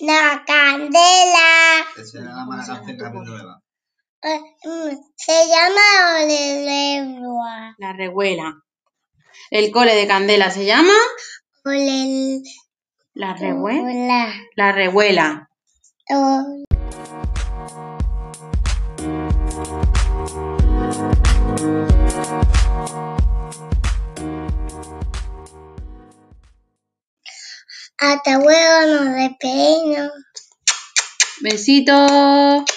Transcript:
la candela. Esa era una canción que también nueva. Eh, mm, Se llama Olelewa. La revuela. El cole de Candela se llama Olel- La revuela. Hola. La revuela. O- Hasta luego nos despedimos. Besito.